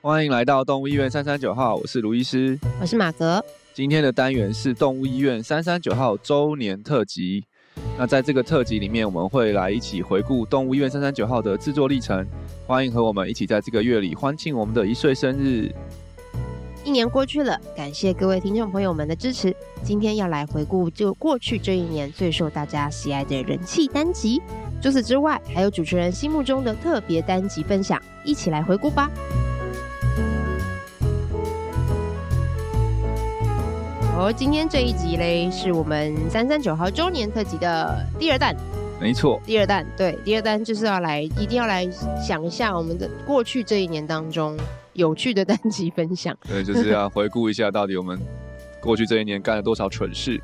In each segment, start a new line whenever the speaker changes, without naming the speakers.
欢迎来到动物医院三三九号，我是卢医师。
我是马格，
今天的单元是动物医院三三九号周年特辑。那在这个特辑里面，我们会来一起回顾动物医院三三九号的制作历程。欢迎和我们一起在这个月里欢庆我们的一岁生日。
一年过去了，感谢各位听众朋友们的支持。今天要来回顾就过去这一年最受大家喜爱的人气单集。除此之外，还有主持人心目中的特别单集分享，一起来回顾吧。而今天这一集嘞，是我们三三九号周年特辑的第二弹。
没错，
第二弹，对，第二弹就是要来，一定要来想一下我们的过去这一年当中有趣的单集分享。
对，就是要回顾一下到底我们过去这一年干了多少蠢事，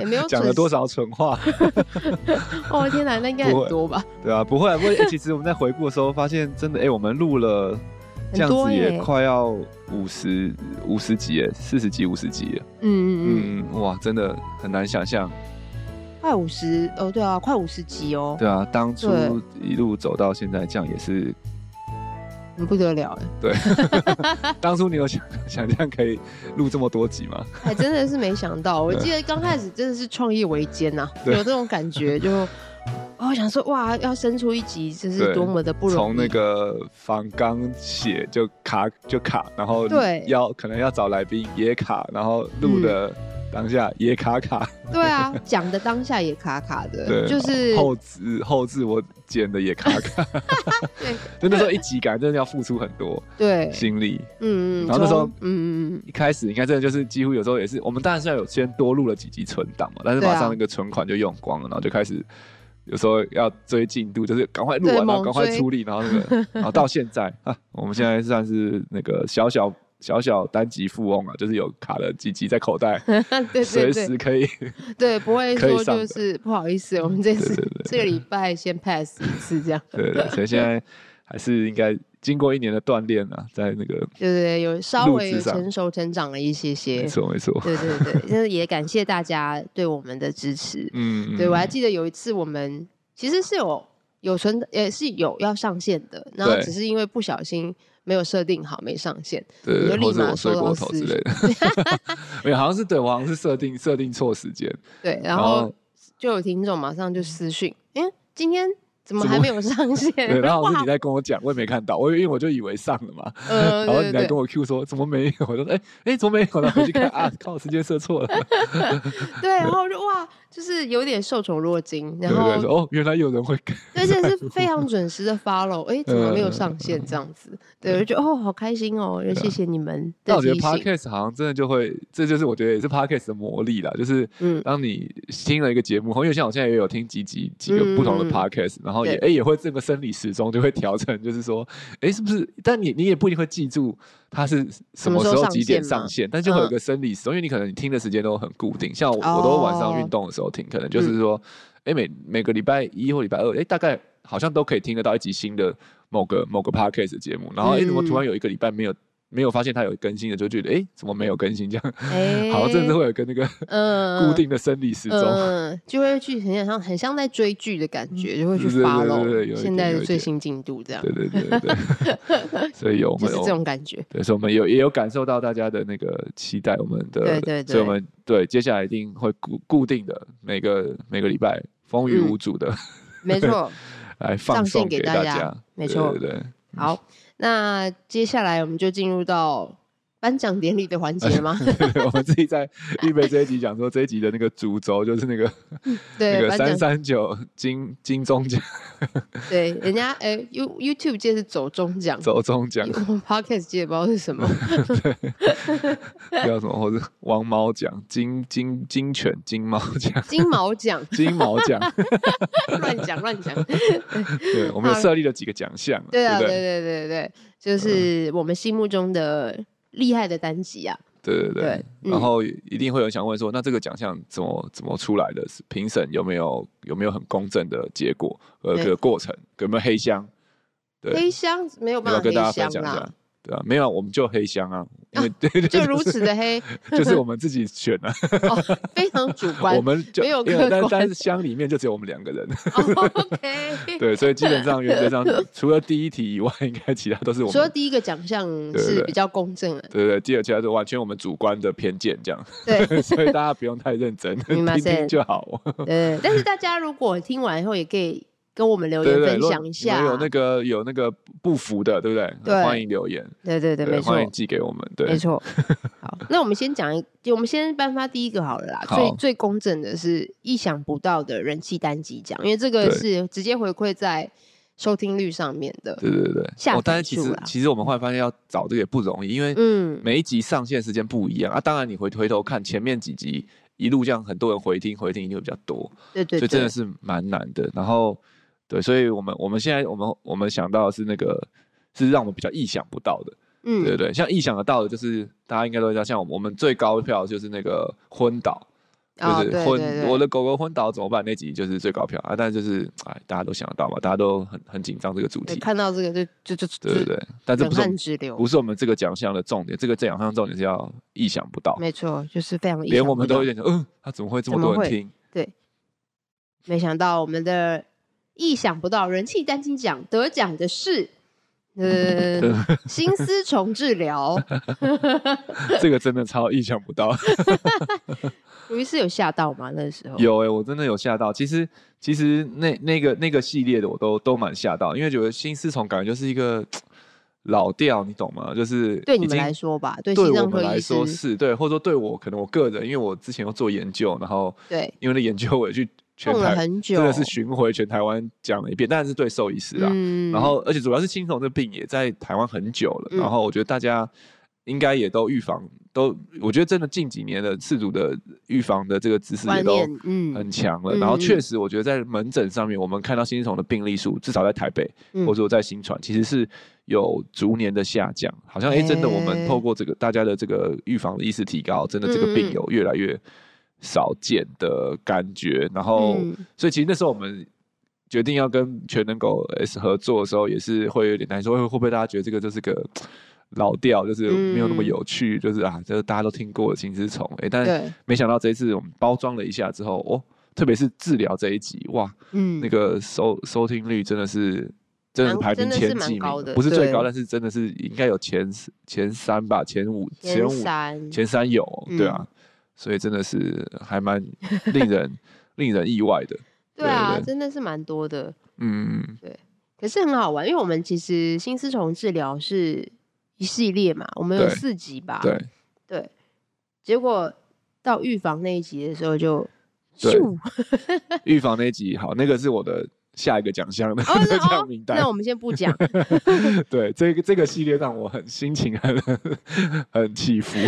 也没有
讲了
准
多少蠢 话，
哦，天哪，那应该
不
很
会
多吧？
对啊，不会、啊，不会、欸其实我们在回顾的时候发现，真的，哎、我们录了这
很
样
多
子也
耶
快要五十五十集耶，四十集、五十集耶。
嗯嗯嗯，
嗯，哇，真的很难想象。
快五十哦，对啊，快五十集哦，
对啊，当初
对
一路走到现在，这样也是。
很不得了哎，
当初你有想想象可以录这么多集吗？
还哎真的是没想到。我记得刚开始真的是创意维艰呐，有
啊对
这种感觉就，哦，想说哇，要生出一集，这
对
是多么的不容易。
从那个仿钢写就卡就卡，然后
对嗯
要可能要找来宾也卡，然后录的当下也卡卡，
对啊，讲的当下也卡卡的，
对，
就是
后置后置我剪的也卡卡，
对
就那时候一集 感真的要付出很多
对，
心力。
嗯嗯，
然后那时候
从嗯嗯
一开始应该真的就是几乎有时候也是，我们当然是要有先多录了几集存档嘛，但是
对啊
马上那个存款就用光了，然后就开始有时候要追进度，就是赶快录完，
对
然后
猛
赶快
追
处理，然后那个，然后到现在啊，我们现在算是那个小小小小单集富翁啊，就是有卡了几集在口袋，
嗯， 对对
随
对
时可以。
对，不会
可以
说
上
就
的
是不好意思，我们这
对
次
对对
这个礼拜先 pass 一次这样。
对对，所以现在还是应该经过一年的锻炼啊，在那个
对对对，有稍
路
微
之
有
上
成熟成长了一些些
没。错没错，
对对对，就是也感谢大家对我们的支持。
嗯，
对我还
嗯
记得有一次我们其实是有有存也是有要上线的，然后
对
只是因为不小心没有设定好没上线，
对
你就
对，
立
或者
马
我睡
收到
过头
私
之类 的，没有，好像是对我好像是设定设定错时间。
对，然
后
后就有听众马上就私讯，嗯，今天怎么
怎么
还没有上线？
对，然后
哇
老师你在跟我讲，我也没看到，我因为我就以为上了嘛，
呃，
然后
对
你
对
来
对
跟。我 Q 说怎么没有，我就说哎哎怎么没有，然后回去看 啊，靠，时间设错了，
对，然后我就哇，就是有点受宠若惊，
对
然
对，
后
说哦原来有人会看，
而且 是非常准时的 follow，哎，怎么没
嗯
有上线这样子？对，我就觉得哦，好开心哦，就谢谢你们
但
的
我觉得
提醒。
podcast 好像啊真的就会，这就是我觉得也是 podcast 的魔力啦，就是
嗯
当你听了一个节目后，因为像我现在也有听几集几个不同的
嗯嗯嗯
podcast，然后也哎
对
也会这个生理时钟就会调整，就是说哎是不是？但你你也不一定会记住它是什么时
什么时候
候
上
几点
线
上
嘛
线，但就会有一
嗯
个生理时钟，因为你可能你听的时间都很固定，像我我都晚上
哦嗯
运动的时候听，可能就是说哎每每个礼拜一或礼拜二，哎大概好像都可以听得到一集新的某个某个 podcast 的节目，然后哎怎么
嗯
突然有一个礼拜没有。没有发现它有更新的，就觉得哎、诶怎么没有更新？这样
哎
好像真的会有一个那个
嗯
固定的生理时钟。
嗯，就会去很像很像在追剧的感觉，就会去
对对对对对有
follow
一点
现在
有
的
一
最
点
新进度，这样
对对对对对， 所以有我
就
们
是
有
这种感觉。
对，所以我们有也有感受到大家的那个期待，我们的
对对对
所以我们对接下来一定会固固定的每个每个礼拜风雨
嗯
无阻的、
没错，
来放
上线
送
给
大
大家没
对
错
对对，
好，那接下来我们就进入到颁奖典礼的环
哎
节了吗？
对 对我们自己在预备这一集讲说这一集的那个主轴就是那个那
对，
个
颁
三
奖
三九金金钟奖
对，人家哎、You YouTube 界是走中奖，
走中奖
我们 Podcast 界不知道是什 么。
叫什么，或者王猫奖金金金犬金猫 奖
金毛奖，
金毛奖，
乱讲乱讲。
对，我们有设立了几个奖项啊，
对啊，
不嗯
对对对对，就是我们心目中的厉害的单集啊。
对对对，
对嗯
然后一定会有人想问说，那这个奖项怎么怎么出来的？是评审有没有有没有很公正的结果？呃，
对
个过程有没有黑箱？对，
黑箱没有
有没
办
有
法黑
跟大家
箱啊
分享一下
啦，？
对啊，没有啊我们就黑箱啊，因为、 对对
就
对
如此 的黑，
就是我们自己选 的、
哦，非常主观
我。们就
没有
因
客
为但
观
但是箱里面就只有我们两个人，
哦 OK，
对，所以基本 上原则上除了第一题以外，应该其他都是我
啊除了
们。
第一个奖项
对对
是
对
比较公正的，
对对，对第二其他都完全我们主观的偏见这样，
对
所以大家不用太认真，
明白
听听就好。
对。但是大家如果听完以后，也可以跟我们留
对
言
对，
分
如果
享一下
你们。有那个有那个不服的，对不对？
对
欢迎留言，
对对对，没错
欢。迎寄给我们。对
没， 错，好，那我们先讲一，就我们先颁发第一个好了啦。
好
最最公正的是意想不到的人气单集奖，因为这个
对
是直接回馈在收听率上面的。
对对对
下
对。哦，但是其
载数
实
啦
其实我们后来发现要找这个也不容易，因为
嗯，
每一集上线时间不一样啊。当然你回回头看前面几集，一路这样很多人回听回听一定会比较多，
对对
所以真
对
的，是蛮难的。然后对，所以我们我们现在我们我们想到的是那个是让我们比较意想不到的。对对
嗯，
对，像意想得到的，就是大家应该都知道，像我们我们最高票就是那个昏倒，就
哦，
是
对对
昏、
对，
我的狗狗昏倒怎么办那集就是最高票啊，但是就是哎，大家都想得到嘛，大家都很很紧张这个主
对
题，
看到这个就就就
对对
就
对，但这
冷
不是我
汗
们
直流
不，是我们这个奖项的重点，这个奖项重点是要意想不到，
没错，就是非常意
连
想
我
不
们都
到
有点嗯，他、怎么会这
怎
么
么
多人
会
听？
没想到我们的意想不到人气单金奖得奖的是。 呃，心丝虫治疗，
这个真的超意想不到，
于是有吓到吗？那时候
有哎、我真的有吓到。其实其实那那个那个系列的我都都蛮吓到，因为觉得新丝虫感觉就是一个老调，你懂吗？就是
对你
已
们
经
来说吧，对
对
心
我
脏科
们来
医
说
师，
是对，或者说对我可能我个人，因为我之前有做研究，然后
对，
因为那研究我也去全
弄了
台
很久，
真的是巡回全台湾讲了一遍，当然是对兽医师啊。
嗯
然后而且主要是青虫这病也在台湾很久了，
嗯
然后我觉得大家应该也都预防都，我觉得真的近几年的饲主的预防的这个知识也
观
都
念，嗯
很强了。
嗯
然后
嗯
确实，我觉得在门诊上面，我们看到新虫的病例数，至少在台北、
嗯
或者我在新传，其实是有逐年的下降。好像哎、真的，我们
诶
透过这个大家的这个预防的意识提高，真的这
嗯嗯
个病
嗯
有越来越少见的感觉。然后，
嗯
所以其实那时候我们。决定要跟全能狗 S 合作的时候，也是会有点担心，说会会不会大家觉得这个就是个老调，就是没有那么
嗯
有趣，就是啊，就是大家都听过的金丝虫，哎、但
对，
没想到这一次我们包装了一下之后，哦，特别是治疗这一集，哇，
嗯，
那个收收听率真的是真的是
蛮
排名
真的是
前
蛮
几名啊
高的
了，不是最
对
高，但是真的是应该有前四前三吧，前五前
前
五
三，
前三有，
嗯
对啊，所以真的是还蛮令 人令人意外的，
对啊，
对对
真的是蛮多的，
嗯，
可是很好玩，因为我们其实心丝虫治疗是一系列嘛，我们有
对
四集吧，
对
对，结果到预防那一集的时候就。
对
咻哦
预防那一集好，那个是我的下一个奖项的
哦，那
奖项
哦
名，单
那，我们先 不讲，
对，这个这个系列让我很心情很 很起 伏。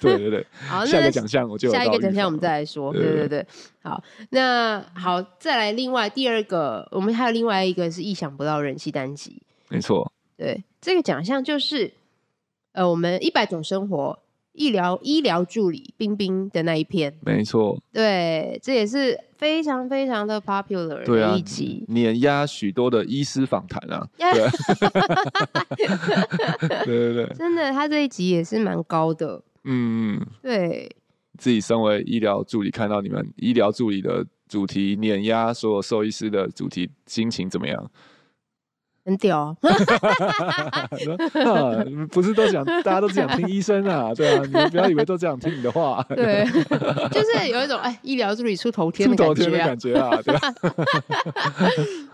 对对对，
好，
下一
那
个奖项我就有
下一
到
个
预
奖项我
防
们
了
再来说，
对
对
对
对对，好，那好，再来另外第二个，我们还有另外一个是意想不到人气单集，
没错，
对，这个奖项就是呃，我们一百种生活医疗医疗助理冰冰的那一篇，
没错，
对，这也是非常非常的 popular
对啊
的一集，
碾压许多的医师访谈 啊，对啊对对对，
真的，他这一集也是蛮高的，
嗯，
对，
自己身为医疗助理，看到你们医疗助理的主题碾压所有兽医师的主题，心情怎么 样？
很屌 啊，
啊不是都想大家都只想听医生啊，对啊，你们不要以为都只想听你的话，
对，就是有一种哎医疗助理出头天
出
的
头
感
天的
觉啊，
感觉啊，对啊。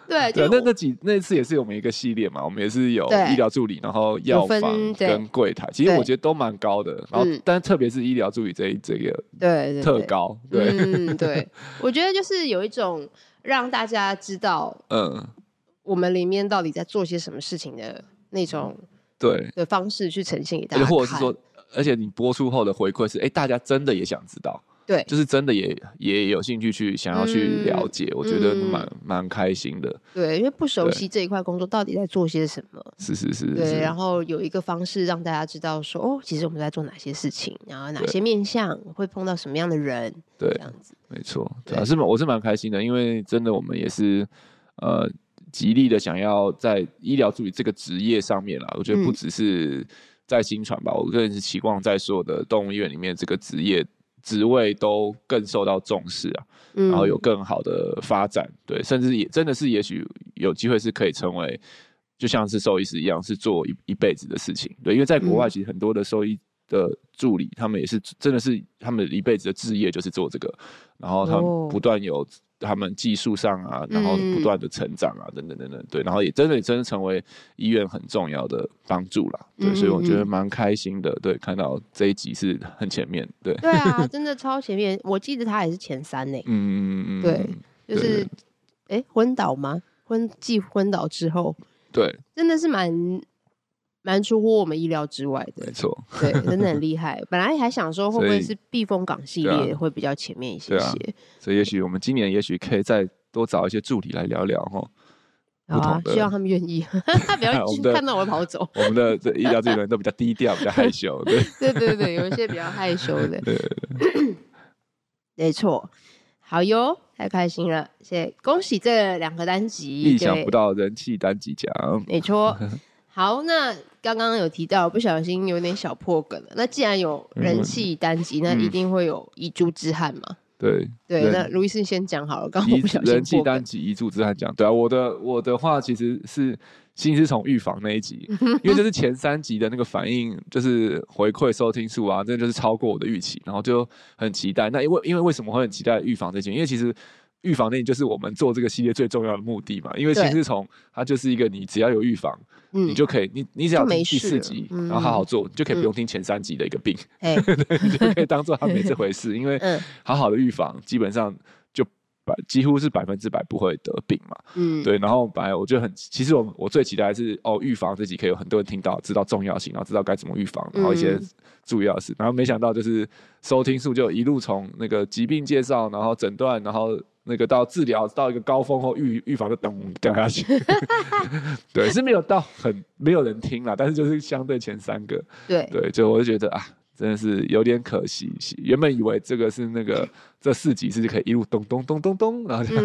对，就
对，
是
那
我
那几那次也是我们一个系列嘛，我们也是有
对
医疗助理，然后药
分
房
对
跟柜台，其实
对
我觉得都蛮高的，然后、
嗯
但特别是医疗助理这一这个
对对
特
对
高， 对，
嗯，对，我觉得就是有一种让大家知道
嗯，
我们里面到底在做些什么事情的那种
对，
的方式去呈现给大
而
家
且
看，
或者是说，而且你播出后的回馈是，哎、大家真的也想知道，
对嗯
就是真的也也有兴趣去想要去了解，我觉得蛮蛮开心的，
对，因为不熟
对
悉这一块工作到底在做些什么，
是是是是
对，
是
然，后有一个方式让大家知道说，哦，其实我们在做哪些事情，然后哪
对
些面向会碰到什么样的人，
对
这，样子，
没错，
对
对啊，是蛮我是蛮开心的，因为真的我们也是呃极力的想要在医疗助理这个职业上面啦，我觉得不
嗯
只是在新传吧，我个人是期望在所有的动物医院里面这个职业职位都更受到重视啊，
嗯，
然后有更好的发展，对，甚至也真的是也许有机会是可以成为。就像是兽医师一样，是做一一辈子的事情，对，因为在国外
嗯
其实很多的兽医的助理，他们也是真的是他们一辈子的职业就是做这个，然后他
哦
们不断有他们技术上啊，然后
嗯
不断的成长啊，等等等等，对，然后也真的真的成为医院很重要的帮助啦，对，
嗯
所以我觉
嗯
得
嗯
蛮开心的，对，看到这一集是很前面，对，
对啊，真的超前面，我记得他也是前三呢，
嗯嗯嗯嗯，
对
嗯
就
对对
是哎昏倒吗？昏继昏倒之后，
对，
真的是蛮蛮出乎我们意料之外
没
的，
错，
对，真的很厉害。本来还想说会不会
所以
是避风港系
对啊
列会比较前面一些
对啊
些，
所以也许我们今年也许可以再多找一些助理来聊聊哈，
好啊
不同，的
希望他们 愿意，不要
我们的
看到我跑走。
我们的这医疗这人都比较低调，比较害羞，对，
对对对，有一些比较害羞 的，
对
没错。好哟，太开心了，谢谢，恭喜这两个单集，
意想
对
不到人气单集奖，
没 错。好，那刚刚有提到，不小心有点小破梗了。那既然有
没问题
人气单集，那一
嗯
定会有遗珠之憾嘛？
对，
对，
人
那卢医师先讲好了，刚刚哦我
遗
不小
人
心
气
破
单
梗。
集遗嘱之汉讲，对啊，我的我的话其实是心是从预防那一 集，因为这是前三集的那个反应，就是回馈收听数啊，真的就是超过我的预期，然后就很期待。那因为因为为什么会很期待预防这集？因为其实。预防那集就是我们做这个系列最重要的目的嘛，因为
对
心是从它就是一个你只要有预防，
嗯
你就可以你你只要
就没
听第
事
四
了
集，
嗯
然后好好做，你就可以
嗯
不用听前三集的一个病，
哎，
你就可以当做它没这回事，因为
嗯
好好的预防，基本上就百几乎是百分之百不会得病嘛。
嗯，
对，然后本来我就很，其实我我最期待的是哦，预防这集可以有很多人听到，知道重要性，然后知道该怎么预防，然后一些
嗯
注意要事。然后没想到就是收听数就一路从那个疾病介绍，然后诊断，然后。那个到治疗到一个高峰后预预防就咚掉下去， 对，是没有到很没有人听啦，但是就是相对前三个，
对
对，就我就觉得啊，真的是有点可惜。原本以为这个是那个这四集是可以一路咚咚咚咚咚，然后这样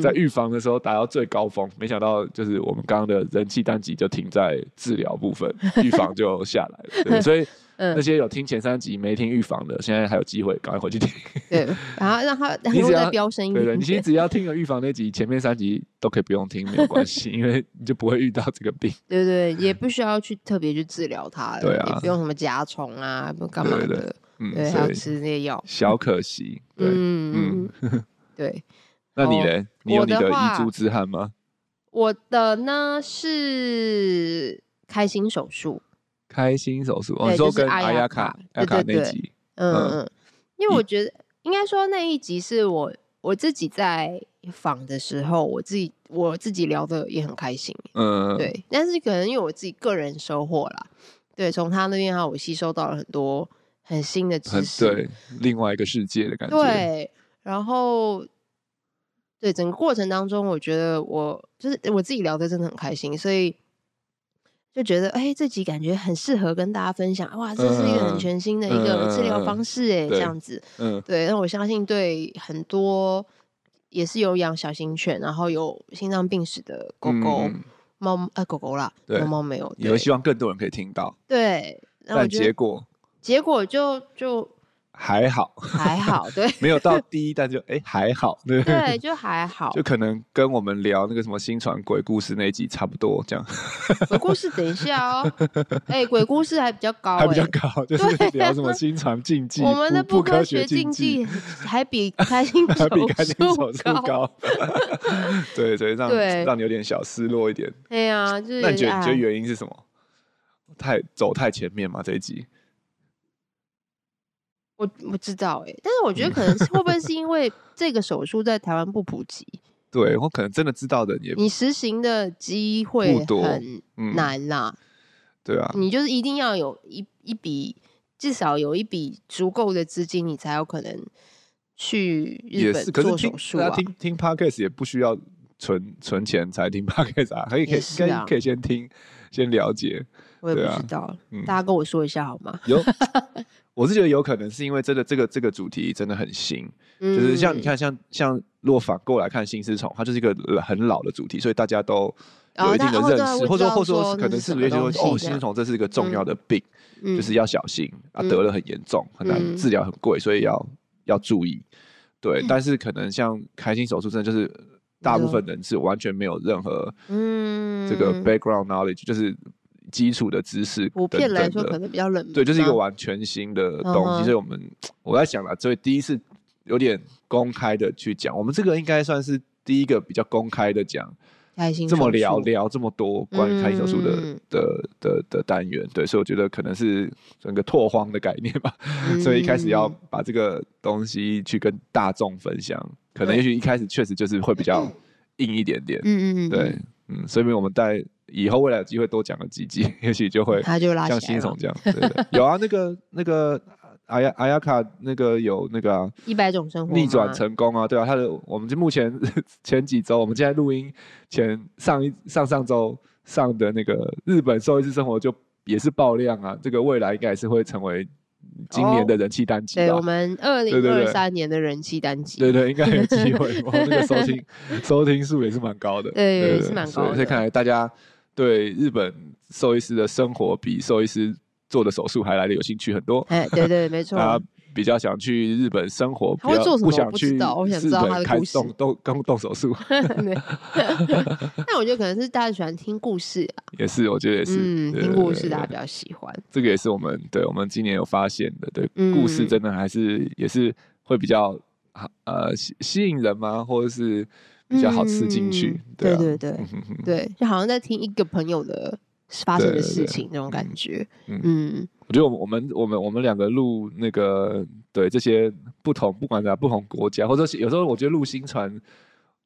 在预防的时候达到最高峰，没想到就是我们刚刚的人气单集就停在治疗部分，预防就下来了。对，所 以
嗯
那些有听前三集没听预防的，现在还有机会，赶快回去听。
对， 然后让它
你
如
只
果
要
再飙升一
对对，
点
你其实
点，
只要听了预防那集，前面三集都可以不用听，没有关系，因为你就不会遇到这个病。
对对，也不需要去特别去治疗它了，
对啊
也不用什么甲虫啊，不干嘛
对对
的，
嗯，
对，还
所
要
以
吃那些药，
小可惜。对，
嗯嗯，嗯对。
那你
哦
嘞？你有
我
你
的
的
话
遗珠之憾吗？
我的呢是开心手术，
开心手术，哦，
对
你说
就是
跟
阿
阿
雅
亚
卡
卡、阿亚卡
对对
那
对
集，
嗯
嗯
嗯，因为我觉得应该说那一集是我我自己在访的时候，我自己我自己聊的也很开心，
嗯，
对，但是可能因为我自己个人收获啦，对，从他那边哈，我吸收到了很多很新的知
很
识，
对，另外一个世界的感觉，
对，然后对整个过程当中，我觉得我就是我自己聊的真的很开心，所以就觉得哎，这集感觉很适合跟大家分享。哇，这是一个
嗯嗯
很
嗯
全新的一个
嗯
治
嗯
疗
嗯
方式哎，这
对
样子。
嗯
对，那我相信对很多也是有养小型犬，然后有心脏病史的狗狗、
嗯
猫呃狗狗啦，
对
猫猫没有，
也会
对
希望更多人可以听到，
对。然后我
但
觉
结
得
果
结果就就
还好，
还好，对
没有到第一，但就哎还好，对，
对，就还好
就。可能跟我们聊那个什么新传鬼故事那一集差不多，这样
鬼故事，等一 下哦。哎、鬼故事还比较高、
还
哎，
比较高，就是
对啊
聊什么新传禁忌，
我们的
不
科
科
学
禁
忌还比开心
还比开心手
手
术
高。
高， 对对，让
对
让你有点小失落一点。
哎呀，就是
那你觉得你觉得
哎
原因是什么？太走太前面嘛这一集？
我不知道哎、但是我觉得可能是会不会是因 为这个手术在台湾不普及，
对我可能真的知道的人也
你实行的机会
不多
很
嗯
难啦。
对啊，
你就是一定要有一一笔，至少有一笔足够的资金，你才有可能去日
也
本
是，可是
做
听
手术
大
啊
家。听听 podcast 也不需要存存钱才听 podcast 啊，可以可
也
以
是
可以
啊
可以先听先了解，
我也
对
不
啊
知道，
嗯
大家跟我说一下好吗？
有我是觉得有可能是因为真的这个这个主题真的很新，
就
就是像你看，像像若反过来看《新丝虫》，它就是一个呃很老的主题，所以大家都
哦
有一定的
大家哦
认
对啊
识，
我
或者
知
说
道
或者
说
说
那
可
是
能
什
是
么
有些人
东
说哦，
西嗯
新
这
丝虫这是一个重要的病，
就
就是要小心啊，
嗯
得了很严重，很难
嗯
治疗，很贵，所以要要注意。对，但是可能像开心手术，真的就是大部分人是完全没有任何
嗯
这个 background knowledge，就是基础的知识
普遍
等
来
等
说
的
可能比较冷门吧，
对，就是一个完全新的东
嗯
西，
哼
所以我们我在想了，所以第一次有点公开的去讲，我们这个应该算是第一个比较公开的讲，
开心
这么
手
聊
术
聊这么多关于开心手术的、
嗯
的的的单元，对，所以我觉得可能是整个拓荒的概念吧， 所以一开始要
嗯
把这个东西去跟大众分享，可能
对
也许一开始确实就是会比较硬一点点，
嗯嗯嗯，
对，嗯，所以我们在以后未来有机会多讲个几集， 也许就会
嗯，他就拉
像
起来
新宠，
了
这 样，对对有啊，那个那个阿亚阿亚卡那个有那个啊、
一百种生活
逆转
嘛
成功啊，对啊，他的我们就目前 前几周，我们现在录音前上一上上周上的那个日本兽医师生活就也是爆量啊，这个未来应该也是会成为今年的人气单集
哦对
吧。
我们二
对
零
对
二三年的人气单集，
对对，应该有机 会。我们那个收听收听数也是蛮高的，
对是蛮
所以
高
所以
的
看来大家对日本兽医师的生活比兽医师做的手术还来的有兴趣很多。
哎，对对，没错，
他比较想去日本生活，
他
比
会
较
做什
不
么我
想
不
去
知道我想
日
知道
本
他的
开
故
始动
事
动动动手术
对。 那我觉得可能是大家喜欢听故事啊，
也是，我觉得也是，
嗯，
对
听
对
故
对
事大家
对
比较喜欢，
这个也是我们对我们今年有发现的，对、
嗯
故事真的还是也是会比较呃吸吸引人吗？或者是比较好吃进去？
嗯
对啊，
对对对
嗯哼哼
对，就好像在听一个朋友的发生
对
的
对
事
对
情那种感觉，
嗯
嗯
我觉得我们我们我们我们两个录那个对这些不同不管在不同国家，或者是有时候我觉得录新传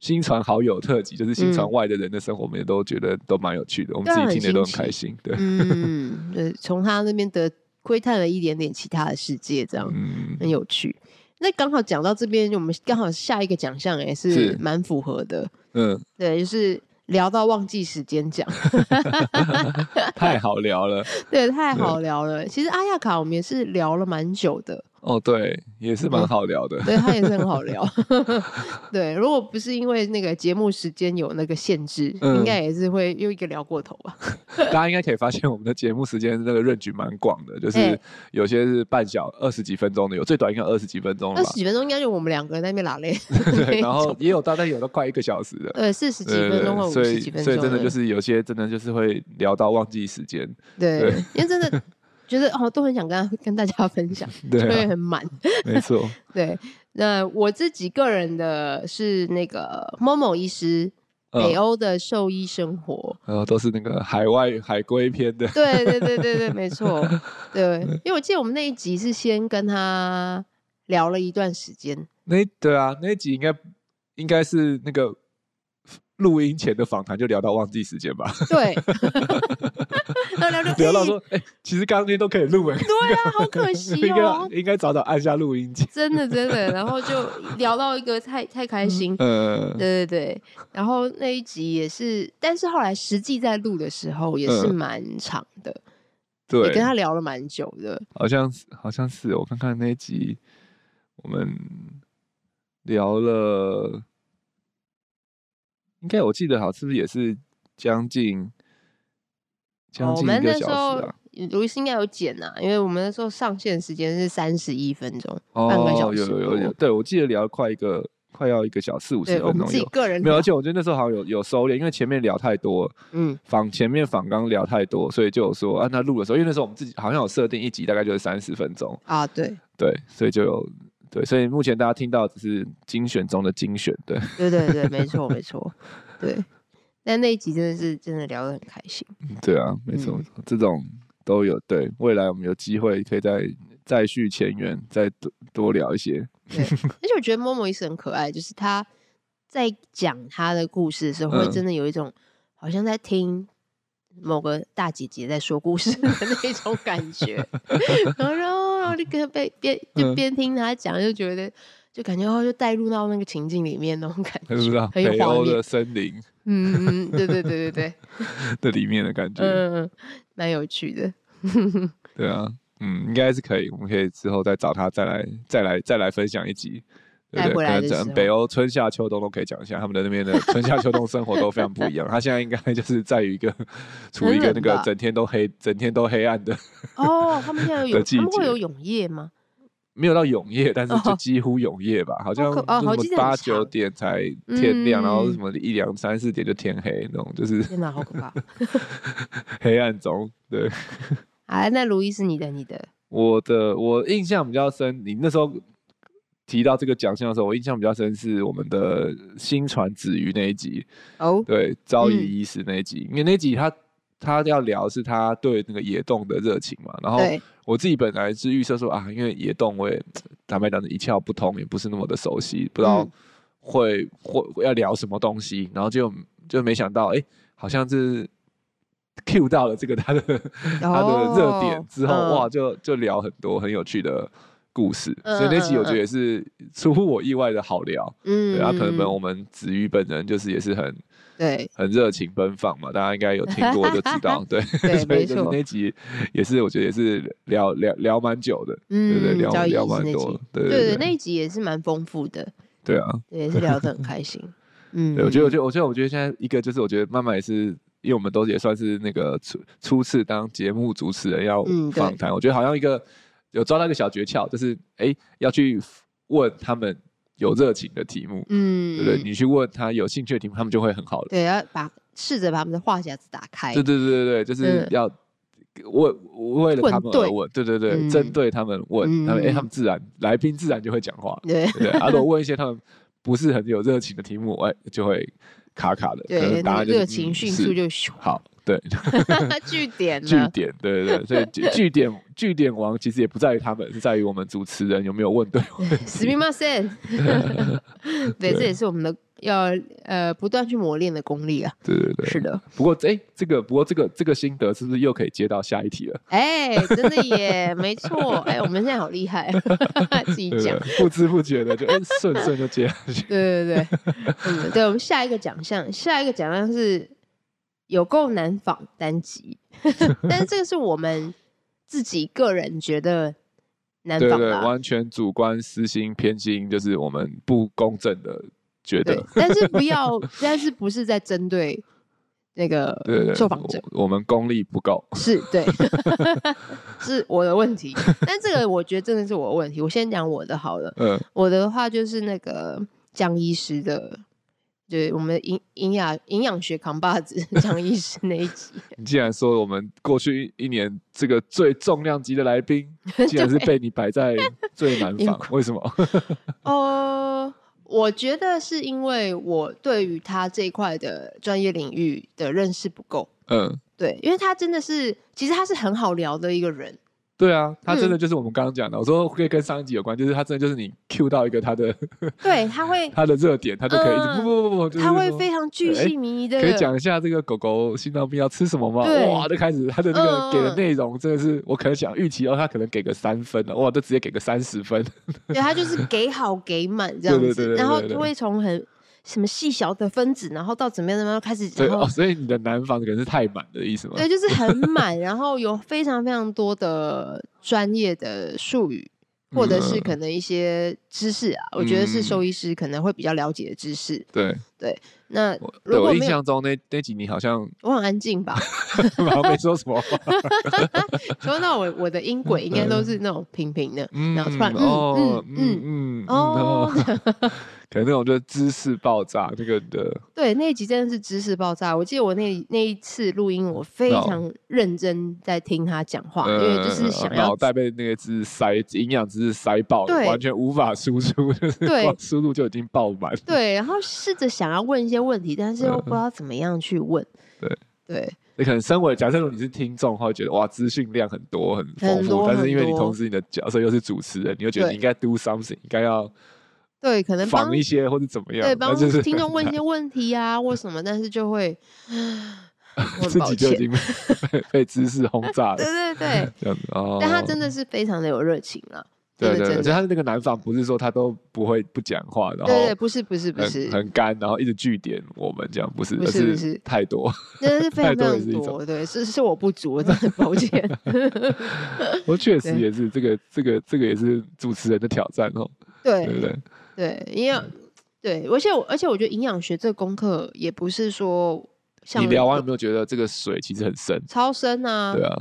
新传好友特辑，就是新传
嗯
外的人的生活，我们也都觉得都蛮有趣的，我们
对啊
自己
很
听的也都很
新奇
开心。对，
嗯，对，从他那边得窥探了一点点其他的世界，这样，
嗯，
很有趣。那刚好讲到这边，我们刚好下一个奖项也
是
是蛮符合的，
嗯，
对，就是聊到忘记时间奖，
太好聊了。
对，太好聊了。其实阿亚卡我们也是聊了蛮久的，
哦，对，也是蛮好聊的。
对他也是很好聊。 对，如果不是因为那个节目时间有那个限制，
嗯
应该也是会又一个聊过头吧。
大家应该可以发现，我们的节目时间那个 range 蛮广的，就是
哎
有些是半小二十几分钟的，有最短应该二十几分钟了
二
吧
十？几分钟应该就我们两个人在那边 拉累，
对，然后也有大概有到快一个小时的。
呃，四十几
对
分
对
钟或
对，
五
所
十
以
几分
所
钟
以
了，
真的就是有些真的就是会聊到忘记时 间，
对
对，
因为真的觉得哦，都很想跟他跟大家分享，就
对
会
啊，
很满。
没错，
对，那我自己个人的是那个 Momo 医师，北
嗯，
欧的兽医生活。
然呃后都是那个海外海归篇的，
对对对对对，没错。对，因为我记得我们那一集是先跟他聊了一段时间，
那对啊，那一集应该应该是那个录音前的访谈就聊到忘记时间吧，
对，然后聊
聊到
哎
说，哎、其实刚刚那些都可以 录哎，
对啊，好 可惜
应
哦。
该应该早早按下录音键，
真的真的，然后就聊到一个太太开心，
呃，
对对对，然后那一集也是，但是后来实际在录的时候也是
嗯
蛮长的，
对，
也跟他聊了蛮久的。
好像是，好像是我看看那一集，我们聊了，应该我记得好，是不是也是将近将
哦我
近
们
一个
那
小
时候嗯
时啊？
卢医师应该有剪呐、因为我们那时候上线时间是三十一分钟，半个小
哦，有
时
有有有，
多
对我记得聊快一个，快要一个小时四五十
对我
分钟
们自己
有。
个人
没有，
聊
而且我觉得那时候好像有有收敛，因为前面聊太多，
嗯
访前面访刚聊太多，所以就有说啊，那录的时候，因为那时候我们自己好像有设定一集大概就是三十分钟，
啊对
对，所以就有对，所以目前大家听到只是精选中的精选，对，
对对对，没错没错，对。但那一集真的是真的聊得很开心，
对啊，没错，
嗯
没错这种都有。对，未来我们有机会可以再再续前缘，再多多聊一些。
对。而且我觉得默默医师很可爱，就是他在讲他的故事的时候，会
嗯
真的有一种好像在听某个大姐姐在说故事的那种感觉。 然后，然后，然后就跟边边就
嗯
边听他讲，就觉得就感觉哦，就带入到那个情境里面那种感
不知
觉
道，
很有
北
画
欧
面
的。森林
嗯，嗯嗯对对嗯对对对，
的里面的感觉，
嗯，蛮有趣的。
对啊，嗯，应该是可以，我们可以之后再找他再来再来再来分享一集，对
带
不对？
回来
可
的
能
时候
整北欧春夏秋冬都可以讲一下，他们的那边 的春夏秋冬生活都非常不一样。他现在应该就是在于一个 处于一个
很
那
冷
个
吧
整天都黑、整天都黑暗的，
哦，他们现在有
的
泳，
季
他们会
节
有泳夜吗？
没有到永夜，但是就
哦
几乎永夜吧，好像
可哦好
就
记
什
得
么
很
八九
长
点才天亮，然后
嗯
什么一两三四点就天黑那种，就是
天哪，好可 怕！
黑暗中。对，
啊，那卢易是你的，你的
我的我印象比较深，你那时候提到这个奖项的时候，我印象比较深是我们的新传子瑜那一集，
哦，
对，昭
嗯
仪医师那一集，因为那集他他要聊是他对那个野洞的热情嘛，然后
对，
我自己本来是预设说啊，因为野洞我也坦白讲一窍不通，也不是那么的熟悉，不知道
嗯
会会要聊什么东西，然后就就没想到，哎、好像是 Q 到了这个他的他的热点
哦
之后，
嗯
哇，就就聊很多很有趣的故事，
嗯
所以那集
嗯
我觉
嗯
得也是出乎我意外的好聊，
嗯，
对啊，可能本
嗯
我们子瑜本人就是也是很
对
很热情奔放嘛，大家应该有听过就知 道，对，
对
所以
没
就是
错
那集也是我觉得也是聊聊聊蛮久的，对不对？
嗯，
聊
交易
聊
仪式
蛮
那
多
集
的，，对
对对，
对
那
对，
一集也是蛮丰富的，
对啊，
对，也是聊得很开心。嗯，
对我觉得我
就
觉得我觉得我觉得现在一个就是我觉得慢慢也是。因为我们都也算是那个初初次当节目主持人要
嗯对
访谈，我觉得好像一个有抓到一个小诀窍，就是哎、要去问他们有热情的题目，
嗯，
对不对？
嗯
你去问他有兴趣的题目，他们就会很好
对，要把试着把他们的话匣子打开，
对对对对对，就是
嗯
要为为了他们
混对
而问，对对对，
嗯
针对他们问，他们哎、
嗯
他们自然来宾自然就会讲话了，
对
对不对？啊，如果问一些他们不是很有热情的题目，哎、就会卡卡的，可
对，
能答
那个
案就是
热情
嗯
迅
是
速就
好，对，
据点
据
了，
点，对对对，所以据据点据点王其实也不在于他们，是在于我们主持人有没有问对问
死
题
命。骂声， 对，这也是我们的要呃不断去磨练的功力啊。
对对对，
是的，
不过哎、这个不过这个这个心得是不是又可以接到下一题了？
哎，真的耶，没错，哎，我们现在好厉害，啊自己
对啊不
讲
对。？不知不觉的就哎顺顺就接下去。
对对对，嗯，对，我们下一个奖项，下一个奖项是有够难仿单集，但是这个是我们自己个人觉得难
对
仿
对，
吧。
完全主观、私心、偏心，就是我们不公正的觉得
对。，但是不要，但是不是在针对那个
对对对，
受访者，
我我们功力不够。
是对， 是我的问题。但这个我觉得真的是我的问题。我先讲我的好了，
嗯，
我的话就是那个江医师的，就是我们营营养营养学扛把子 江医师那一 集，
你既然说我们过去一年这个最重量级的来 宾，竟然是被你摆在最难
有
访，为什么？哦
呃，我觉得是因为我对于他这一块的专业领域的认识不够。
嗯，
对，因为他真的是，其实他是很好聊的一个人，
对啊，他
嗯
真的就是我们刚刚讲的，我说会跟上一集有关，就是他真的就是你 Q 到一个他的
对，他会
他的热点，他就可以一直不
嗯
不不不，就是
他会
说
非常巨
哎
细靡遗的、
可以讲一下这个狗狗心脏病要吃什么吗？
对
哇，就开始他的那个
嗯
给的内容真的是，我可能想预期哦，他可能给个三分了，哇，就直接给个三十分。
对他就是给好给满这样子，
对对对对
然后
对对
就会从很什么细小的分子，然后到怎么样怎么样开始，
对
然后
哦，所以你的南方可能是太满的意思吗？
对就是很满，然后有非常非常多的专业的术语，或者是
嗯
可能一些知识啊，我觉得是兽医师可能会比较了解的知识。
对，
那
我对
如果
我印
没有，
象中那那集你好像
我很安静吧，
好像没说什么话，
所以那我我的音轨应该都是那种平平的，
嗯
然后突然
哦
嗯
嗯
嗯
嗯嗯
哦，
可能那种就是知识爆炸那个 的，
对，那一集真的是知识爆炸。我记得我那那一次录音，我非
哦
常认真在听他讲话，因为就是
呃
想要
脑袋被那个知识塞营养知识塞爆了，
对
完全无法输出，就是
对
光输入就已经爆满。
对，然后试着想要问一些问题，但是又不知道怎么样去问。
嗯对
对
你可能身为假设你是听众的话，会觉得哇资讯量很多很丰
很
富，
多
但是因为你
很多
同时你的角色又是主持人，你又觉得
对
你应该 do something，应该要
对，可能帮
防一些或者怎么样，
对
但
帮
就是
听众 问一些问题啊，或什么，但是就会我很
自
抱
己就已
歉。
经 被被知识轰炸
对
了，
对对，
这样子哦。
但他真的是非常的有热情啊，
对
真的
对
真
对，
的
而且他的那个南访不是说他都不会不讲话，然后
对对，不是不是不是
很，很干，然后一直据点我们这样，不是，
不
而
是不是
太多。
那是非
太
常非
多也
常
是一种
多，对，是是我不足，我真的很抱 歉。
我确实
对
也是，这个这个这个也是主持人的挑战哦，对不对？嗯
对，因为对，而且我而且我觉得营养学这个功课也不是说像
你聊完有没有觉得这个水其实很深？
超生啊，
对啊，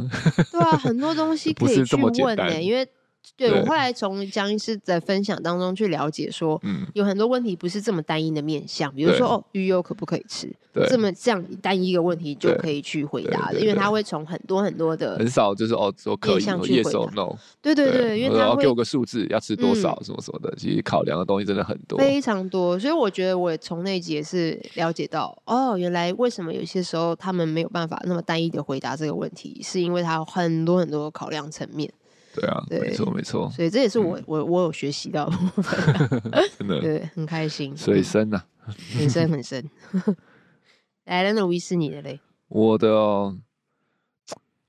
对啊，很多东西
不
可以
是
去
这么简
问呢、
单
因为对我
对
后来从江医师的分享当中去了解说。
嗯，
有很多问题不是这么单一的面向，比如说
对
哦，鱼油可不可以吃？
对，
这么这样单一一个问题就
对
可以去回
对
答的，
对
因为
对
它会从很多很多的
很，少就是哦，说可
面
以
向
或
去
yes
回
or
答
no，
对对对，因为
然
它
后
会
给我个数字，要吃多少
嗯
什么什么的，其实考量的东西真的很多。
非常多，所以我觉得我从那一集也是了解到，哦，原来为什么有些时候他们没有办法那么单一的回答这个问题，是因为他有很多很多考量层面，
对啊，
对
没错没错，
所以这也是我、
嗯
我我有学习到的部分，
真 的
对，很开心，
水深呐。
很深很深。 来了，那维是你的嘞，
我的哦，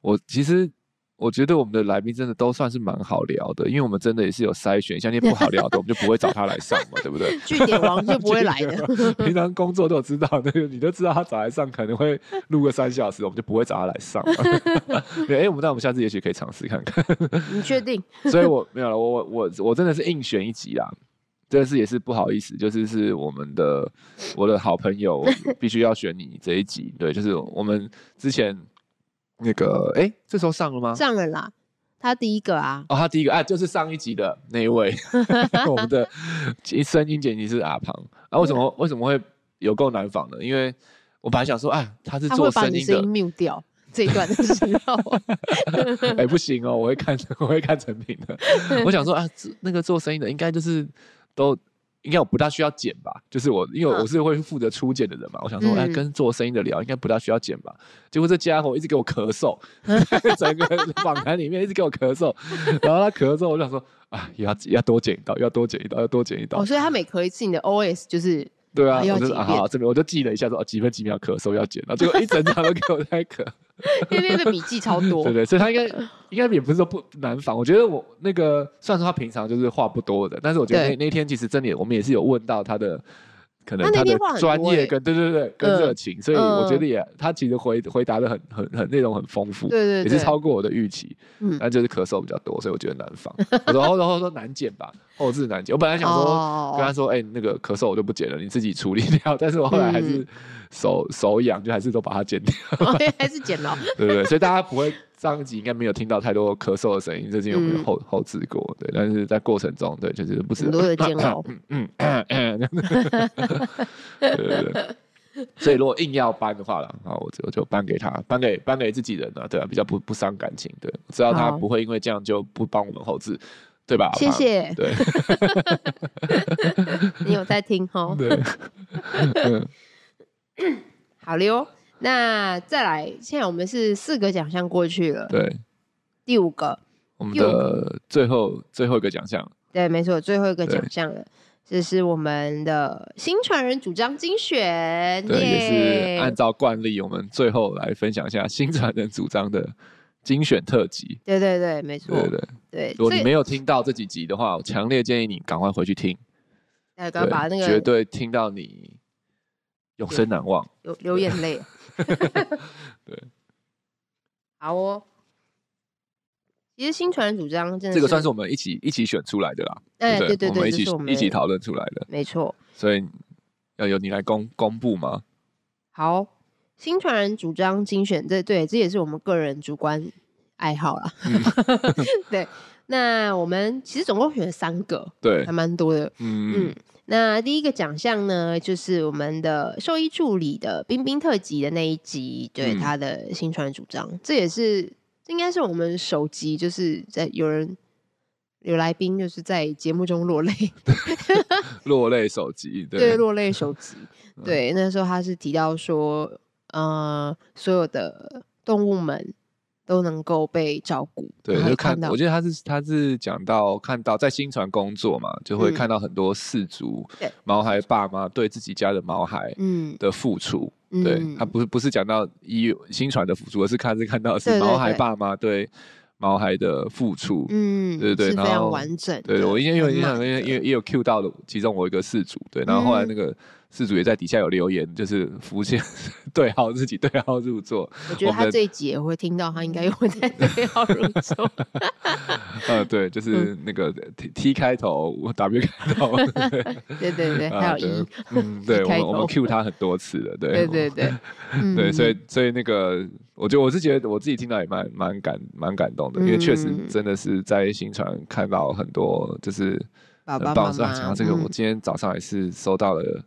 我其实我觉得我们的来宾真的都算是蛮好聊的，因为我们真的也是有筛选，像那些不好聊的，我们就不会找他来上 嘛，对不对？
据点王就不会来
这
的，
个平常工作都知道，那个你都知道他找来上可能会录个三小时，我们就不会找他来上 嘛。对，哎，我们那我们下次也许可以尝试看看。
你确定？
所以我没有了，我我我真的是硬选一集啦。这是也是不好意思，就是是我们的我的好朋 友，我必须要选你这一集。对，就是我们之前那个，哎、这时候上了吗？
上了啦，他第一个啊，
哦，他第一个哎、就是上一集的那一 位，我们的声音剪辑师阿庞。啊，为什么为什么会有够难仿呢？因为我本来想说，啊，他是
他
做
会把
声
你
音
声
的
音，mute 掉这一段的时 候，
哎、不行哦，我会看 我会看成品的。我想说啊，这那个做生意的应该就是都应该我不大需要剪吧，就是我因为
嗯
我是会负责初剪的人嘛，我想说哎、
嗯
跟做生意的聊应该不大需要剪吧，结果这家伙一直给我咳 嗽，整个访谈里面一直给我咳嗽，然后他咳嗽，我就想说啊要要多剪一刀，要多剪一刀，要多剪一刀
哦，，所以他每咳一次，你的 OS 就是
对啊，
还要
我就
剪
啊
片
好这边我就记了一下说、哦、几分几秒咳嗽要剪，然后结果一整场都给我在咳。
因为那个笔记超多，
对对，所以 他应该应该也不是说不难防。我觉得我那个虽然说他平常就是话不多的，但是我觉得
对
那那天其实真的也我们也是有问到他的。可能
他那
他
天
的
话很
专
多欸
业跟对对对跟
嗯
热情，所以我觉
嗯
得也他其实回回答的很很很内容很丰富，
对对
也是
对
超过我的预期，
嗯
但就是咳嗽比较多，所以我觉得难防。我说哦然后说难剪吧，后置难剪。我本来想说
哦
跟他说，哎，那个咳嗽我就不剪了，你自己处理掉。 但是我后来还是
嗯
手手痒，就还是都把它剪掉。
哦，还是剪 了。
对不对？所以大家不会上一集应该没有听到太多咳嗽的声音，这是因为我们有
嗯
后、后置过，对。但是在过程中，对，就是不止
很多的煎 熬
嗯，咳咳这样子对对对。所以如果硬要搬的话了，好，我就我就搬给他，搬给搬给自己人了，对啊，比较不不伤感情，对，我知道他
好
不会因为这样就不帮我们后置，对吧？
谢谢
对
你有在听哦？
对，
好溜。那再来，现在我们是四个奖项过去了，
对，
第五个，
我们
又
的最后最后一个奖项，
对，没错，最后一个
对
奖项了。这是我们的新传人主张精选，
对，也
耶
是按照惯例，我们最后来分享一下新传人主张的精选特辑。
对对对，没错
对，对对，
对，
如果
这
你没有听到这几集的话，我强烈建议你赶快回去听，
哎刚
对，
刚把那
绝
个
对听到你永生难忘。
流流眼泪，啊
对，
好哦。其实新传人主张真的
这个算是我们一起一起选出来的啦，
哎，
不
对对
我们
对，
一
这
起
是我们
一起
的，
讨论出来的，
没错。
所以要由你来公公布吗？
好，新传人主张精选，这对，这也是我们个人主观爱好啦。
嗯
对，那我们其实总共选了三个，
对
还，蛮多的。
嗯
嗯，那第一个奖项呢，就是我们的兽医助理的冰冰特辑的那一集，对、
嗯
他的新传人主张，这也是这应该是我们首集，就是在有人。有来宾就是在节目中落泪，
落泪手机，
嗯 对
对嗯
落泪手 集。对，那时候他是提到说，呃，所有的动物们都能够被照顾，
对，
然后也
就看，
到
我，记得他是他是讲到看到在新传工作嘛，就会
嗯
看到很多氏族
对
毛孩爸妈对自己家的毛孩
嗯
的付出，
嗯，
对他不是不是讲到医新传的付出，而是看是看到的
对
是
对
毛孩
对
爸妈对毛孩的付出。
嗯，
对对
是非
然
常
后
完整的。
对，我因为有
很
印象，
满
因为
的嗯
因为也有 Q 到的其中我一个事主，对，然后后来那个事主也在底下有留言，就是浮现 对号自己对号入座，
我觉
我
得他
们嗯
这一集也会听到，他应该又会在对号入 座。
呃，对，
嗯
就是那个 T T 开头我，W 开 头，
对对对，还
啊
有一，，
对嗯，对，我
开
们
头
我们 Q 他很多次了， 对，
对对对，嗯
对，所以所以那个，我觉得我是觉得我自己听到也蛮蛮感蛮感动的，因为确实
嗯
真的是在新传看到很多就是
爸
很
爸
棒
妈
的事啊讲到
妈
这个，
嗯
我今天早上也是收到了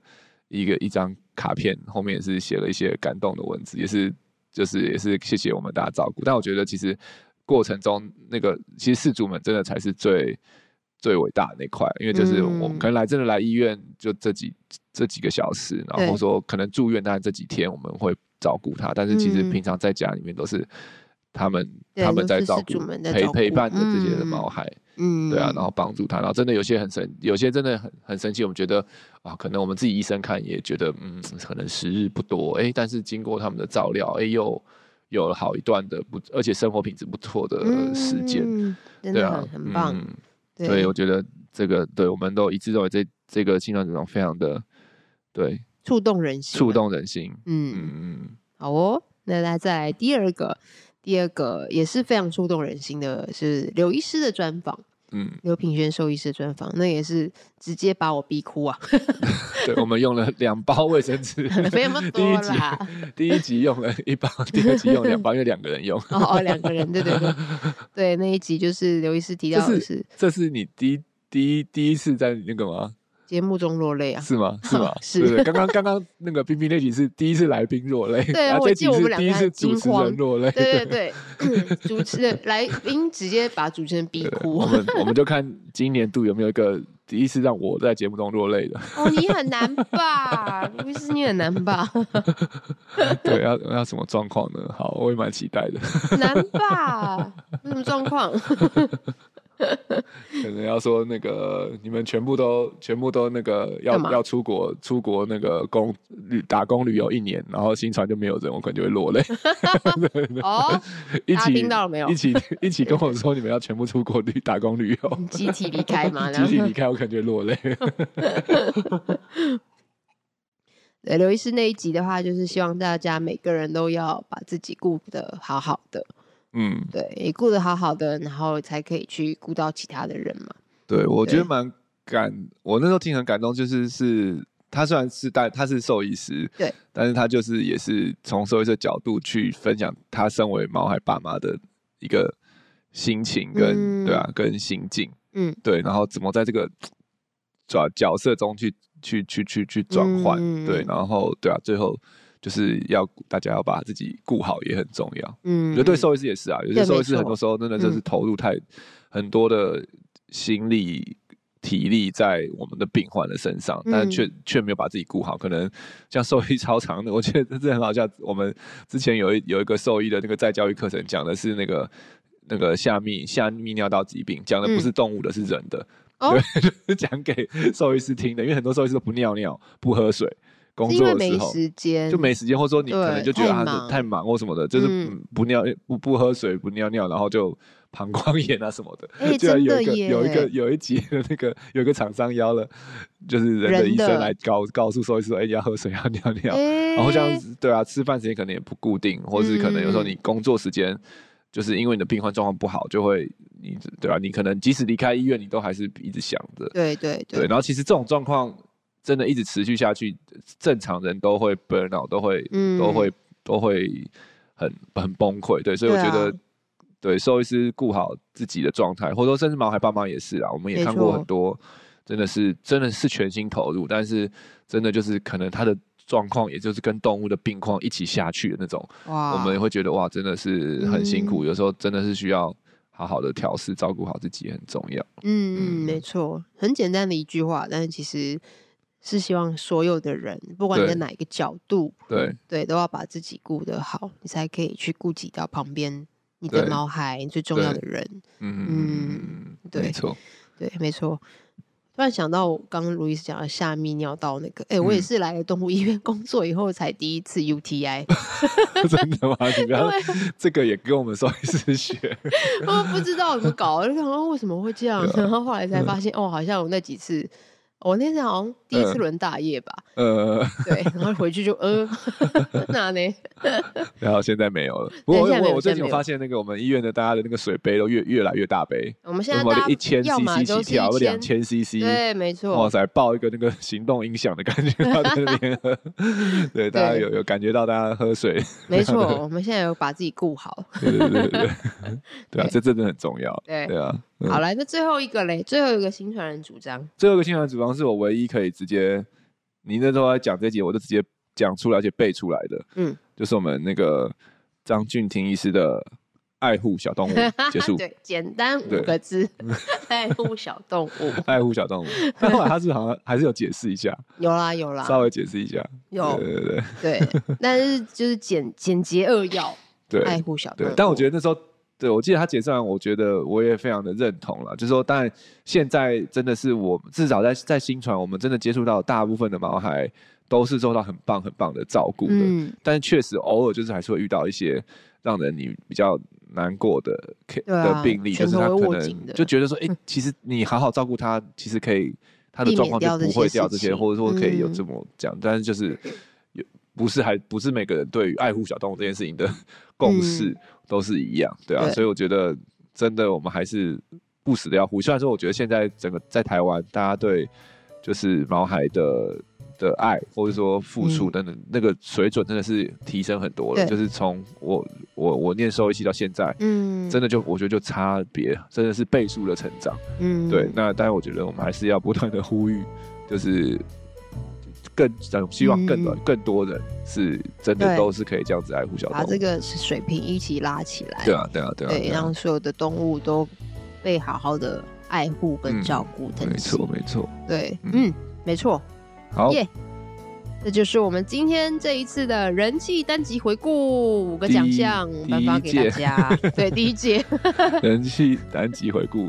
一个一张卡片，后面也是写了一些感动的文字，也是就是也是谢谢我们大家照顾。但我觉得其实过程中那个其实事主们真的才是最最伟大的那块，因为就是我们
嗯
可能来真的来医院就这几这几个小时，然
对
后说可能住院，当然这几天我们会照顾他，但是其实
嗯
平常在家里面都是。他们
对
他
都
们在
是
照
事主
顾
们在
陪
照
陪
顾
伴着这些的
嗯
毛孩，
嗯，
对啊，然后帮助他，然后真的有些很生，有些真的很很生气。我们觉得啊，可能我们自己医生看也觉得，嗯，可能时日不多，哎，但是经过他们的照料，哎，又有了好一段的不，而且生活品质不错的呃时间，
嗯真
对
的
啊
很，很棒。
嗯，所以我觉得这个对我们都一致认为这这个新传主张非常的对
触动人心，啊
触。动人心，
嗯，
嗯嗯，
好哦，那那再来第二个，第二个也是非常触动人心的，是刘医师的专访，
嗯，
刘品轩兽医师的专访，那也是直接把我逼哭啊，，
对，我们用了两包卫生纸
没有那么
第一
多
集
啦。
第一集用了一包，第二集用两包，因为两个人用。
哦哦，两个人，对对 对，对那一集就是刘医师提
这
到的
是
是
这是你第一第一第一次在那个吗？
节目中落泪啊。？
是吗？是吗
是
对对刚刚刚刚那个冰冰那集是第一次来宾落泪，
对
然后
我
这
记
集
得我们
是
两
第
个
一
很
次主
惊
持
慌
人落 泪。
对对 对，主持人来宾直接把主持人逼哭。
我 们我们就看今年度有没有一个第一次让我在节目中落泪的。
哦，你很难吧？ 不是你很难 吧？
对，要要什么状况呢？好，我也蛮期待的，
难吧？有什么状况？
可能要说那个你们全部都全部都那个要
干嘛
要出国出国那个工旅打工旅游一年，然后新船就没有人，我可能就会落 泪。
哦，
一
大家
起
听到了没有
一起一起跟我说你们要全部出国旅打工旅游，
集体离开 嘛，然
集体
后
离开，我感觉落泪。
对刘医师那一集的话，就是希望大家每个人都要把自己顾得好好的，
嗯，
对，也顾得好好的，然后才可以去顾到其他的人嘛。
对，我觉
对
得蛮感，我那时候听很感动，就是是他虽然是但他是兽医师，
对，
但是他就是也是从兽医师的角度去分享他身为毛孩爸妈的一个心情跟、
嗯
对啊跟心境，
嗯，
对，然后怎么在这个角角色中去去去去去转换，
嗯
对，然后对啊，最后就是要大家要把自己顾好也很重要。我
嗯，
觉得对兽医师也是啊，有
对
些兽
没
医师很
错
多时候真的就是
嗯
投入太、很多的心力、体力在我们的病患的身上，但
嗯
却却没有把自己顾好。可能像兽医超长的，我觉得这真的很好笑。我们之前有一有一个兽医的那个在教育课程讲的是那个。那个下泌下泌尿道疾病讲的不是动物的，是人的，
嗯哦
对， 就是讲给兽医师听的，因为很多兽医师都不尿尿、不喝水，工
是因为
作的时
没
候
时间，
就没时间，或者说你可能就
对
觉得
太
他
忙
是太忙或什么的，就是
嗯
嗯不尿不不喝水不尿尿，然后就膀胱炎啊什么的。
哎
居然
真
有
的
一个
耶
有一个有一集的那个有一个厂商邀了，就是人的
人
医生
的
来告告诉兽医师说，哎、你要喝水要尿尿，
哎，
然后这样子对啊，吃饭时间可能也不固定，或是可能有时候
嗯
你工作时间。就是因为你的病患状况不好，就会你对吧、啊？你可能即使离开医院，你都还是一直想着，
对对
对，然后其实这种状况真的一直持续下去，正常人都会 burn out，都会、
嗯
都会都会很很崩溃。对，所以我
对
觉
啊
得，对兽医师顾好自己的状态，或者说甚至毛孩爸妈也是啊，我们
没
也看过很
错
多，真的是真的是全心投入，但是真的就是可能他的状况，也就是跟动物的病况一起下去的那种，
哇，
我们也会觉得哇，真的是很辛苦，
嗯
有时候真的是需要好好的调试，照顾好自己也很重要。
嗯
嗯
嗯，没错，很简单的一句话，但是其实是希望所有的人，不管你在
对
哪一个角度，
对，
对，都要把自己顾得好，你才可以去顾及到旁边你的
对
毛孩，你最重要的人。
嗯，
对
没错。
对，没错。突然想到，刚刚路易斯讲的下泌尿道那个，哎、我也
嗯
是来了动物医院 工作以后才第一次 UTI，
真的吗？你不
对啊
要，这个也跟我们说一次学。
我不知道怎么搞，就想说为什么会这样，
啊
然后后来才
嗯
发现，哦，好像我那几次，我那次好像第一次
嗯
轮大夜吧，
呃，
对，然后回去就呃， 那呢？
然后现在没有了。不过
对现在没有
我我最近
现在没
有
有
发现，那个我们医院的大家的那个水杯都越越来越大杯，
我们现
有
在
什么
大
一
家
千
要么
CC
都
起
是一
跳，或两
千，
千 CC。
对，没
哇
错，
塞，抱一个那个行动音响的感觉到在那边 喝，对，大家
对
有有感觉到大家喝水，
没错，我们现在有把自己顾好。
对对 对对对，对啊
对，
这真的很重要，
对
对啊。嗯
好来，那最后一个嘞，最后一个新传人主张，
最后一个新传主张是我唯一可以直接，你那时候在讲这集，我就直接讲出来，而且背出来的，
嗯，
就是我们那个张俊廷医师的爱护小 动物结束，
对，简单
对
五 个字，爱护小动物。
爱护小 动物。但后来他是好像还是有解释一下，
有啦有啦
稍，微解释一下，
有
对对对
对，但是就是简简洁扼要，
对，
爱护小动
对
物。，
但我觉得那时候，对我记得他解释完，我觉得我也非常的认同了。就是说，当然现在真的是我至少在在新传，我们真的接触到大部分的毛孩都是受到很棒很棒的照顾的。
嗯，
但是确实偶尔就是还是会遇到一些让人你比较难过的 ca-
对啊
的病例，
拳
就是
头
他
会握
可
紧的嗯
能就觉得说，哎、其实你好好照顾他，其实可以他的
避
状
免
况
掉
就
这
不
些
会
事
掉这些，
情
或者说可以有
嗯
这么讲，但是就是有不是还不是每个人对于爱护小动物这件事情的共识都是一样，对啊，
嗯对
所以我觉得真的我们还是不死的要呼吁。虽然说我觉得现在整个在台湾，大家对就是毛孩的的爱，或者说付出
嗯
等等，那个水准真的是提升很多了。
对
就是从我我我念兽医系到现在，
嗯，
真的就我觉得就差别真的是倍数的成长。
嗯，
对，那但是我觉得我们还是要不断的呼吁，就是更想希望更多、
嗯
更多人是真的
对
都是可以这样子爱护小动
把
物。
这个水平一起拉起来。
对啊，对啊，对啊，
对，
对啊，
让所有的动物都被好好的爱护跟照顾、疼
嗯没
惜
错，。没错。
对，
嗯
嗯，没错，
好，
耶这就是我们今天这一次的人气单集回顾五个
第一
奖项颁发给
第
大
一届
家。对，第一 届，
人气单集回 顾，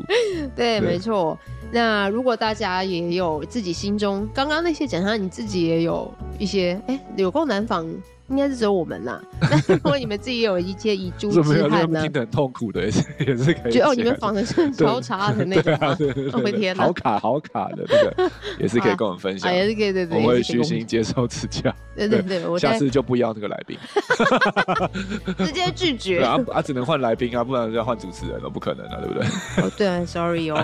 对
对，没错。那如果大家也有自己心中刚刚那些奖项，你自己也有一些，哎，有够难仿。应该是只有我们啦。 那如果你们自己有一些遗 珠
这没
之
有那
憾
么
呢
听？得很痛苦的，也是也是可以
觉
写
得
来。
哦，你们仿的是超差的
对
那种
啊，
吗？
对对
哦我
对对，
天哪
好卡好卡的这 个也是可以跟我们分享
哎，，也是可以，对对，
我会
也是
虚
可以跟我们
心接受指教，
对对对， 我
下
再
次就不邀那个来宾，
直接拒
对
绝。
啊啊，只能换来宾啊，不然就要换主持人了，不可能啊，对不 对？
哦，对啊，sorry 哦。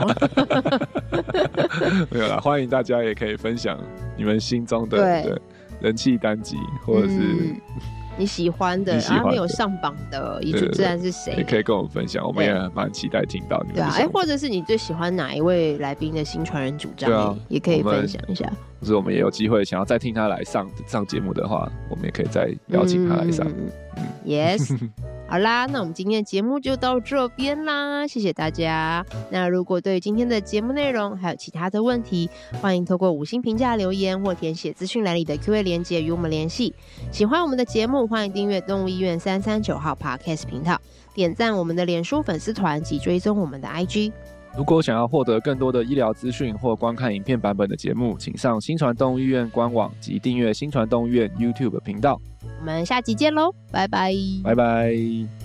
没有啦，欢迎大家也可以分享你们心中的
对
对人气单集， 或者是
嗯你喜欢的，
你喜欢
啊
的
没有上榜的遗嘱
对对对
自然是谁
也？可以跟我们分享，我们
对
也蛮期待听到你们
对
的
啊，哎，
想法，
或者是你最喜欢哪一位来宾的新传人主
对啊
张，也也可以
我们
分享一下。
或者我们也有机会想要再听他来上上节目的话，我们也可以再邀请他来上。
嗯。Yes 。 好啦，那我们今天的节目就到这边啦，谢谢大家。那如果对今天的节目内容还有其他的问题，欢迎透过五星评价留言或填写资讯栏里的 Q&A 连接与我们联系。喜欢我们的节目，欢迎订阅动物医院三三九号 Podcast 频道，点赞我们的脸书粉丝团及追踪我们的 IG。
如果想要获得更多的医疗资讯或观看影片版本的节目，请上新传动物医院官网及订阅新传动物医院 YouTube 频道。
我们下集见喽，拜拜。
拜拜。